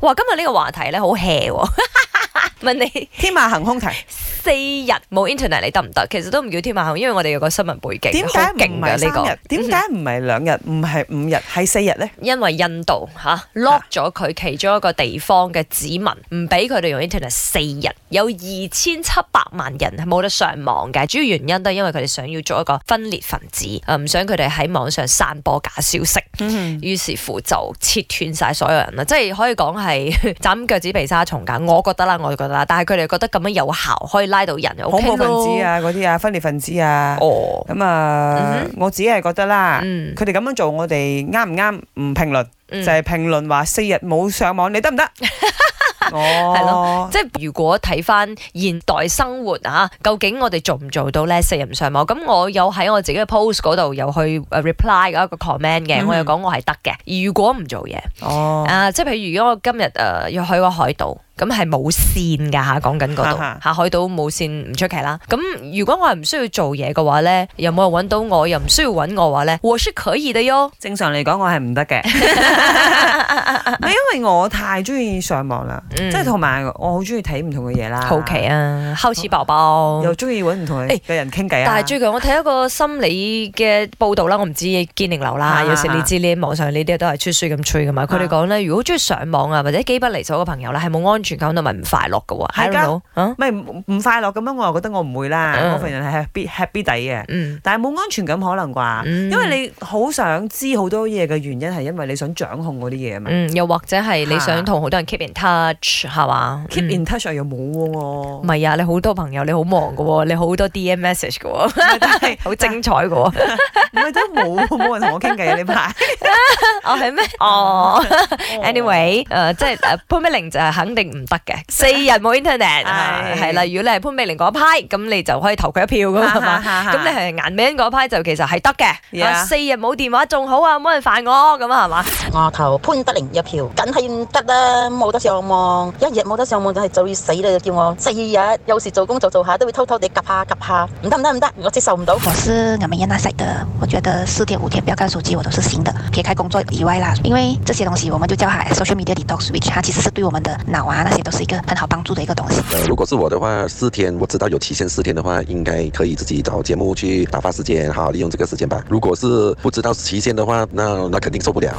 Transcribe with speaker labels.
Speaker 1: 哇，今日呢個話題咧好 hea 喎， 問你
Speaker 2: 天馬行空題，
Speaker 1: 四日冇 internet 你得唔得？其實都唔叫天馬行，因為我哋有個新聞背景，
Speaker 2: 點
Speaker 1: 好
Speaker 2: 解
Speaker 1: 勁
Speaker 2: 唔係
Speaker 1: 㗎呢
Speaker 2: 三
Speaker 1: 個嗯
Speaker 2: 日？？點解唔係兩日？唔係五日，係四日咧？
Speaker 1: 因為印度吓 lock 咗佢其中一個地方嘅指紋，唔俾佢哋用 internet 四日，有二千七百萬人係冇得上網嘅。主要原因都係因為佢哋想要做一個分裂分子，呃唔想佢哋喺網上散播假消息。
Speaker 2: 嗯
Speaker 1: 於是乎就切斷晒所有人啦，即係可以講係 斬腳趾避沙蟲㗎。我覺得啦，我覺得啦，但係佢哋覺得咁樣有效，可以拉到人
Speaker 2: 恐
Speaker 1: ，OK
Speaker 2: 怖分
Speaker 1: 咯
Speaker 2: 子！啊，嗰啲啊，分裂分子啊，
Speaker 1: 哦，
Speaker 2: 咁啊
Speaker 1: 嗯，
Speaker 2: 我只係覺得啦，
Speaker 1: 嗯
Speaker 2: 佢哋咁樣做，我哋啱唔啱？唔評論，
Speaker 1: 嗯
Speaker 2: 就係評論話四日冇上網，你得 唔得？
Speaker 1: 係
Speaker 2: 哦，
Speaker 1: 即係如果睇翻現代生活啊，究竟我哋做唔做到咧？四日唔上網，咁我有喺我自己嘅 post 嗰度有去呃 reply 嗰一個 comment 嘅，
Speaker 2: 嗯
Speaker 1: 我又講我係得嘅。如果唔做嘢
Speaker 2: 哦，
Speaker 1: 啊，即係譬如如果我今日誒要去個海島。咁係冇線㗎嚇，講緊嗰度
Speaker 2: 啊哈
Speaker 1: 嚇海島冇線唔出奇啦。咁如果我係唔需要做嘢嘅話咧，又冇人揾到我，又唔需要揾我話咧，我是可以的喲。
Speaker 2: 正常嚟講，我係唔得嘅，唔係 因為我太中意上網啦，
Speaker 1: 嗯
Speaker 2: 即係同埋我好中意睇唔同嘅嘢啦，
Speaker 1: 好奇，啊，好奇寶寶。
Speaker 2: 又中意揾唔同嘅
Speaker 1: 誒
Speaker 2: 嘅人傾偈啊。
Speaker 1: 但係最近我睇一個心理嘅報道啦，我唔知堅定流啦，
Speaker 2: 啊
Speaker 1: 有時你知呢網上呢啲都係出書咁吹噶嘛。佢哋講咧，如果中意上網啊，或者機不離手嘅朋友咧，係冇安全感同埋唔快樂嘅喎。
Speaker 2: 係
Speaker 1: I
Speaker 2: 㗎
Speaker 1: don't know，啊
Speaker 2: 唔係唔唔快樂咁樣，我又覺得我唔會啦。
Speaker 1: 嗯
Speaker 2: 我份人係 happy happy 底嘅，
Speaker 1: 嗯
Speaker 2: 但係冇安全感可能啩，
Speaker 1: 嗯
Speaker 2: 因為你好想知好多嘢嘅原因係因為你想掌控嗰啲嘢啊嘛。
Speaker 1: 嗯，又或者係你想
Speaker 2: 嚇
Speaker 1: 同好多人 keep in touch 係嘛
Speaker 2: keep
Speaker 1: 嗯
Speaker 2: in touch 哎又冇
Speaker 1: 唔
Speaker 2: 喎，
Speaker 1: 係啊，你好多朋友，你好忙嘅喎，你好多 DM message 嘅 喎，
Speaker 2: 但係
Speaker 1: 好精彩嘅喎。
Speaker 2: 唔係都冇冇人同我傾偈啊！呢排
Speaker 1: 哦，係咩？ 哦。anyway，誒、即 呃係誒潘美玲就係肯定唔得 嘅，四日冇 internet 啊
Speaker 2: 係
Speaker 1: 係啦。如果你係潘美玲嗰派，咁你就可以投佢一票 噶嘛係嘛。啊咁你係顏美欣嗰派就其實係得嘅
Speaker 2: Yeah
Speaker 1: 啊四日冇電話仲好啊，冇人煩我咁啊係嘛。
Speaker 3: 我投潘德玲一票，梗係唔得啦，冇得上網，一日冇得上網就係就要死啦！叫我四日，有時做工做做下都會偷偷地夾下夾下，唔得唔得唔得，我接受唔到。
Speaker 4: 我是俺们燕娜赛的，我觉得四天五天不要看手机，我都是行的。撇开工作以外啦，因为这些东西我们就叫它 social media detox，which 它其实是对我们的脑啊那些都是一个很好帮助的一个东西。
Speaker 5: 呃，如果是我的话，四天我知道有期限，四天的话应该可以自己找节目去打发时间，好好利用这个时间吧。如果是不知道期限的话，那那肯定受不了。